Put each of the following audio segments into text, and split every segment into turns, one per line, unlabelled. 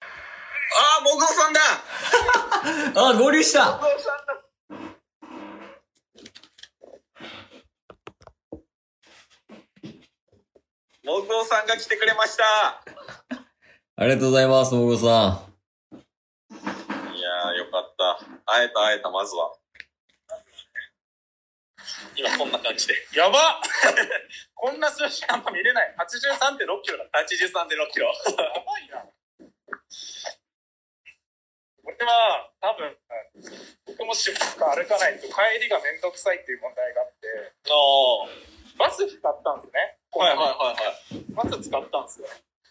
ああ、もぐおさんだ
あ、合流した
もぐおさんだ。
もぐおさんが来てくれました
ありがとうございます、もごさ
いやー、よかった。会えた会えた、まずは。今こんな感じで。
やば こんな数字あんま見れない。83.6キロだ。
83.6キロ。
やばいな。俺は、多分、僕もしばらく歩かないと帰りがめんどくさいっていう問題があって、
おー。
バス使ったんですね。
はいはいはいはい。
バス使ったんですよ。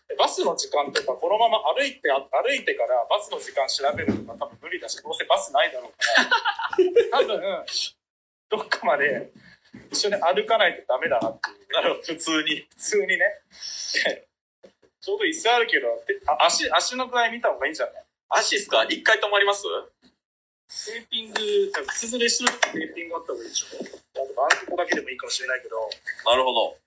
でバスの時間とか、このまま歩いて、歩いてからバスの時間調べるとか多分無理だし、どうせバスないだろう から、多分、どっかまで一緒に歩かないとダメだなっていう。
なるほど、普通に。
普通にね。でちょうど椅子あるけど、であ足、足の具合見た方がいいんじゃない
足っすか一回止まります
テーピング、靴ずれするとテーピングあった方がいいでしょあと、バンコだけでもいいかもしれないけど、
なるほど。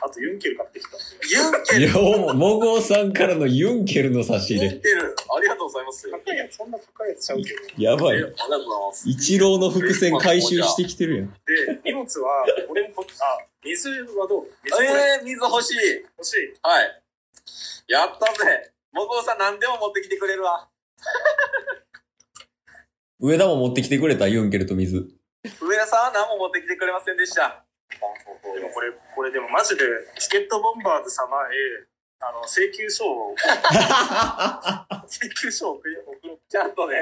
あとユンケル買ってきたんで。
ユンケ
ん。い
ル
や、もごさんからのユンケルの差し
ユ
入れ。
ンケルありがとうございます。
高いやつ、そんな高いやつちゃうけど。
やば
えあり
い。
がとうございます。
一郎の伏線回収してきてるやん。
で、荷物は、俺もこ、あ、水はどう水これ
えー、水欲しい。
欲しい。
はい。やったぜ。もこさん何でも持ってきてくれるわ。
上田も持ってきてくれた、ユンケルと水。
上田さんは何も持ってきてくれませんでした。
でもこれ、これでもマジで、チケットボンバーズ様へ、あの、請求書を、請求書を送り送ろう。
ちゃんとね。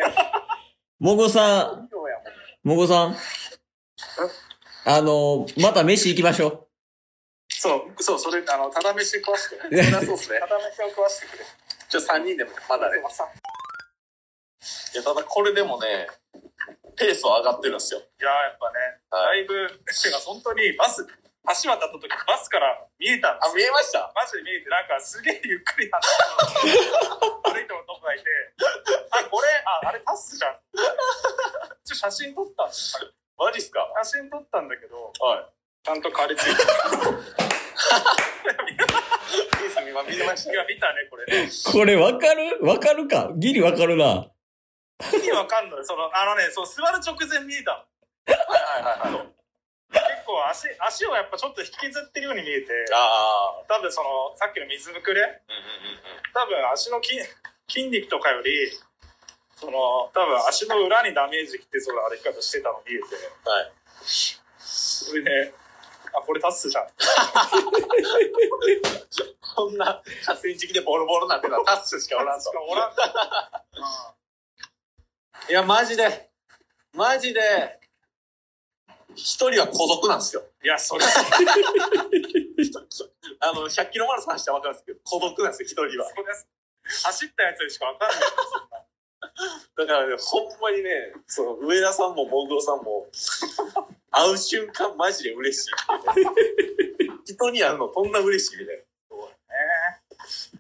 もごさん、
企業やも
も
ん。
ごさん。あの、また飯行きましょ
そう、そう、それ、あの、ただ飯食わして。た
う。いや
そりゃそうっすね。
だ飯を食わしてくれ。
ちょ、3人でもまだね。
い
いや、ただこれでもね、ペースは上がってるんですよ。
やー、やっぱね、だ
はい。
いぶ、てか、本当にバス、橋渡った時、バスから見えたんですよ
あ、見えました
マジで見えて、なんかすげえゆっくり話を歩いてる男がいて、あ、これ、あ、あれパスじゃん。ちょ、写真撮ったんですよ
マジっすかは
写真撮ったんだけど、
い。
ちゃんと借りついてる。
ペース今見えました
いや、見たね、これね。
これわかるわかるかギリわかるな。
意味わかんない。その、あのね、そう、座る直前見えた。
はいはいはいはい。
結構足、足をやっぱちょっと引きずってるように見えて、
ああ。
多分その、さっきの水ぶくれ
うんうんうんうん。
多分足の筋筋肉とかよりその多分足の裏にダメージきてそうな歩き方してたの見えて
はい
それであこれタスじゃん
こんな河川敷でボロボロなんてのはタッシュしか おらん
確
と
か。おらんかった
いや、マジで、マジで、一人は孤独なんですよ。
いやそれ
あの、100キロマラソンしたら分かるんですけど、孤独なんですよ、一人は。
走ったやつにしかわかんない
だからね、ほんまにね、その、上田さんも、モグロさんも、 会う瞬間マジで嬉しい みたいな。人に会うのこんな嬉しいみたいな。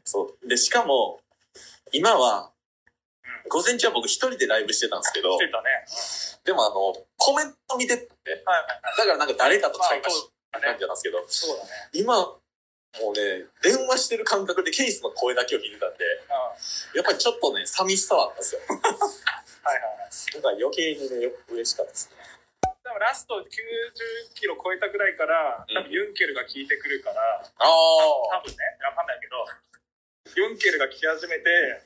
そう。で、しかも、今は、午前中は僕一人でライブしてたんですけど
来、てたね
でもあの、コメント見てって、
はい
だからなんか誰かと会話し
まあそう
て
だね
感じなんですけど、
そうだね
今、もうね、電話してる感覚でケースの声だけを聞いてたんで、
うんは
やっぱりちょっとね、寂しさはあったんですよ。
いはいはい
だから余計にね、よく嬉しかったですね。
でもラスト90キロ超えたぐらいから多
うん
分ユンケルが効いてくるから、
ああ
多分ねわかんないけどユンケルが来始めて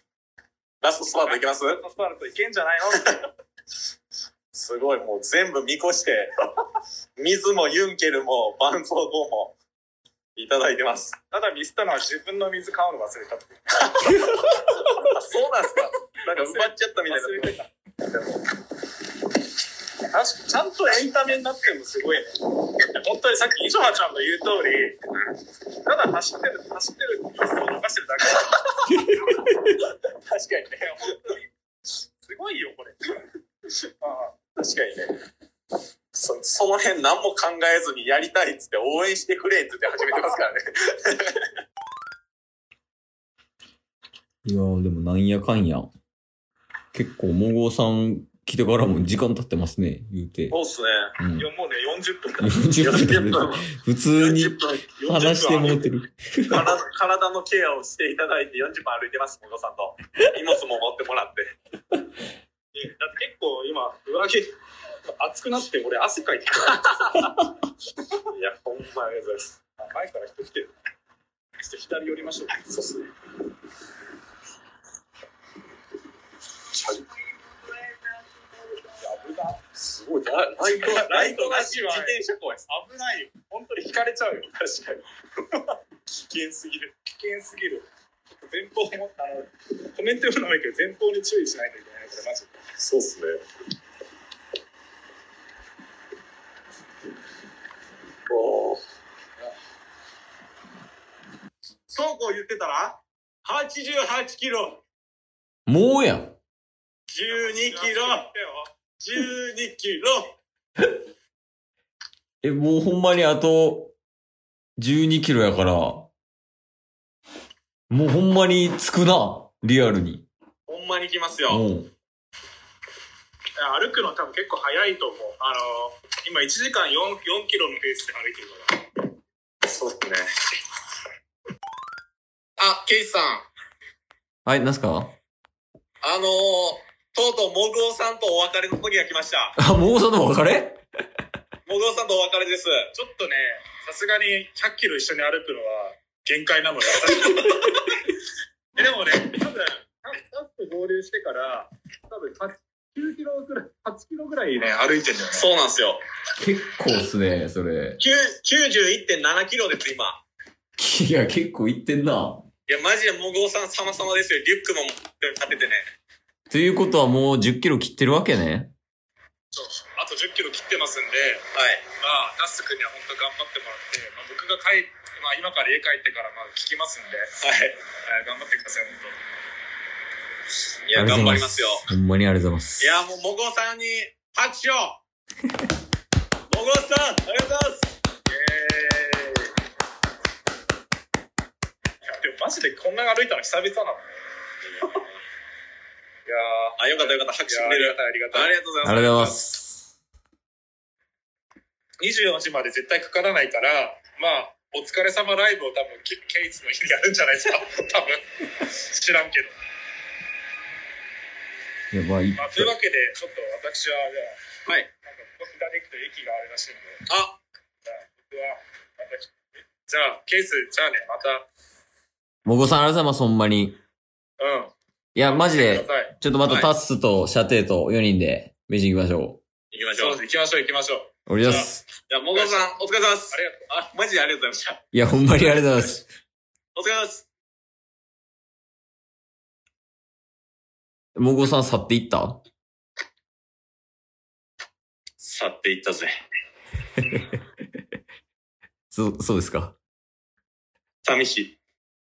ラストスパートいきます
ラストスパルトいけんじゃないのみたいな
すごい、もう全部見 越して、水もユンケルも、バンソーゴも、いただいてます。
ただミスったのは自分の水買うの忘れたっていう
あ、そうなんです かなんか奪っちゃったみたいな。
忘れてたでも確かちゃんとエンタメになってるのすごいね本当にさっきいそはちゃんの言う通りただ走ってる走ってる水を逃してるだけ だ
確かにね。
ね本当にすごいよこれああ
確かにね。そその辺何も考えずにやりたいっつって応援してくれっつって始めてますからね。
いやーでもなんやかんや。結構、もごさん来てからも時間経ってますね、言うて。
そうっ すね。
うん
いや、もうね、40 分だ。
40分経
40
って
分。
普通に
40分。
話してもうてる。
体体のケアをしていただいて40分歩いてます、小野さんと。荷物も持ってもらって。
えだって結構今、上着、熱くなって、俺汗かいてる。
いや、ほんまありがとうございます。
前から人来てる。 ちょっと左寄りましょう。そうっすね。
はい
危な
すごい、ラライト、 ライトなしは自転車怖いです。
危ないよ。本当に引かれちゃうよ。
確かに。
危険すぎる。危険すぎる。前方も、あの、コメント読むのもいいけど、前方に注意しないといけない。これマジで。
そうっすね。おー
そうこう言ってたら、88キロ、
もうやん。
12キロ、12キロ、
え、もうほんまにあと12キロやから、もうほんまにつくな、リアルに。
ほんまに来ますよ。
うん。
歩くの多分結構早いと思う。あの、今1時間 4, 4キロのペースで歩いてるから。
そうっすね。
あ、ケイさん、
はい、なんすか
あのー、とうとうモグオさんとお別れの時が来ました。
あ、もうその別れ
モグオさんとお別れです。
ちょっとね、さすがに100キロ一緒に歩くのは限界 なのよ。えでもね、多分、スタッフ合流してから、多分8、9キロぐらい、8キロぐらいね、歩いてんだよね。
そうなんですよ。
結構っすね、それ。
9 91.7キロです、今。
いや、結構いってんな。
いや、マジでモグオさん様々ですよ。リュックも持っててね。
ということはもう10キロ切ってるわけね。
あと10キロ切ってますん
は
で、
い。
まあ、ダス君には本当頑張ってもらって、まあ、僕が帰まあ、今から家帰ってからまあ聞きますんで、
はい。
えー頑張ってください、本当。
いや、
あがと
頑張
うござ
りますよ。。
ほんまにありがとうございま
い
す。
や、もう、もごさんに拍 手をもごさん、ありがとうございます
イエーイいやでもマジでこんな歩いたの久々なのね。 いやー
あ、よかったよかった、拍手くれ
いや
る。
ありがたい
あ
ありがたい。
りがとうございます。。
ありがとうございますす。
24時まで絶対かからないから、まあ、お疲れ様ライブを多分ケケイツの日にやるんじゃないですか。多 分知らんけど。
やばい。
まあ、というわけで、ちょっと私は、じゃあ、
はい。
なんか、ここ左行くと駅があるらしいんで、
あ、
僕は、また、じゃあ、ケイツ、じゃあね、また、
もごさんありがとうございます、ほんまに。
うん。
いや、マジ
くだ
で、
さい。
ちょっとまた
はい
タッスと射程と4人で、飯行きましょ
行きましょ
そう
う。
行きましょう、行きましょう。
う。おります。
じゃあ、もごさん、お疲れ様です
あ。りがとう。
あ、マジでありがとうございました。
いや、ほんまにありがとうございます。
お疲れ様です。
もごさん去っていった
去っていったぜ。
そ、そうですか。
寂しい。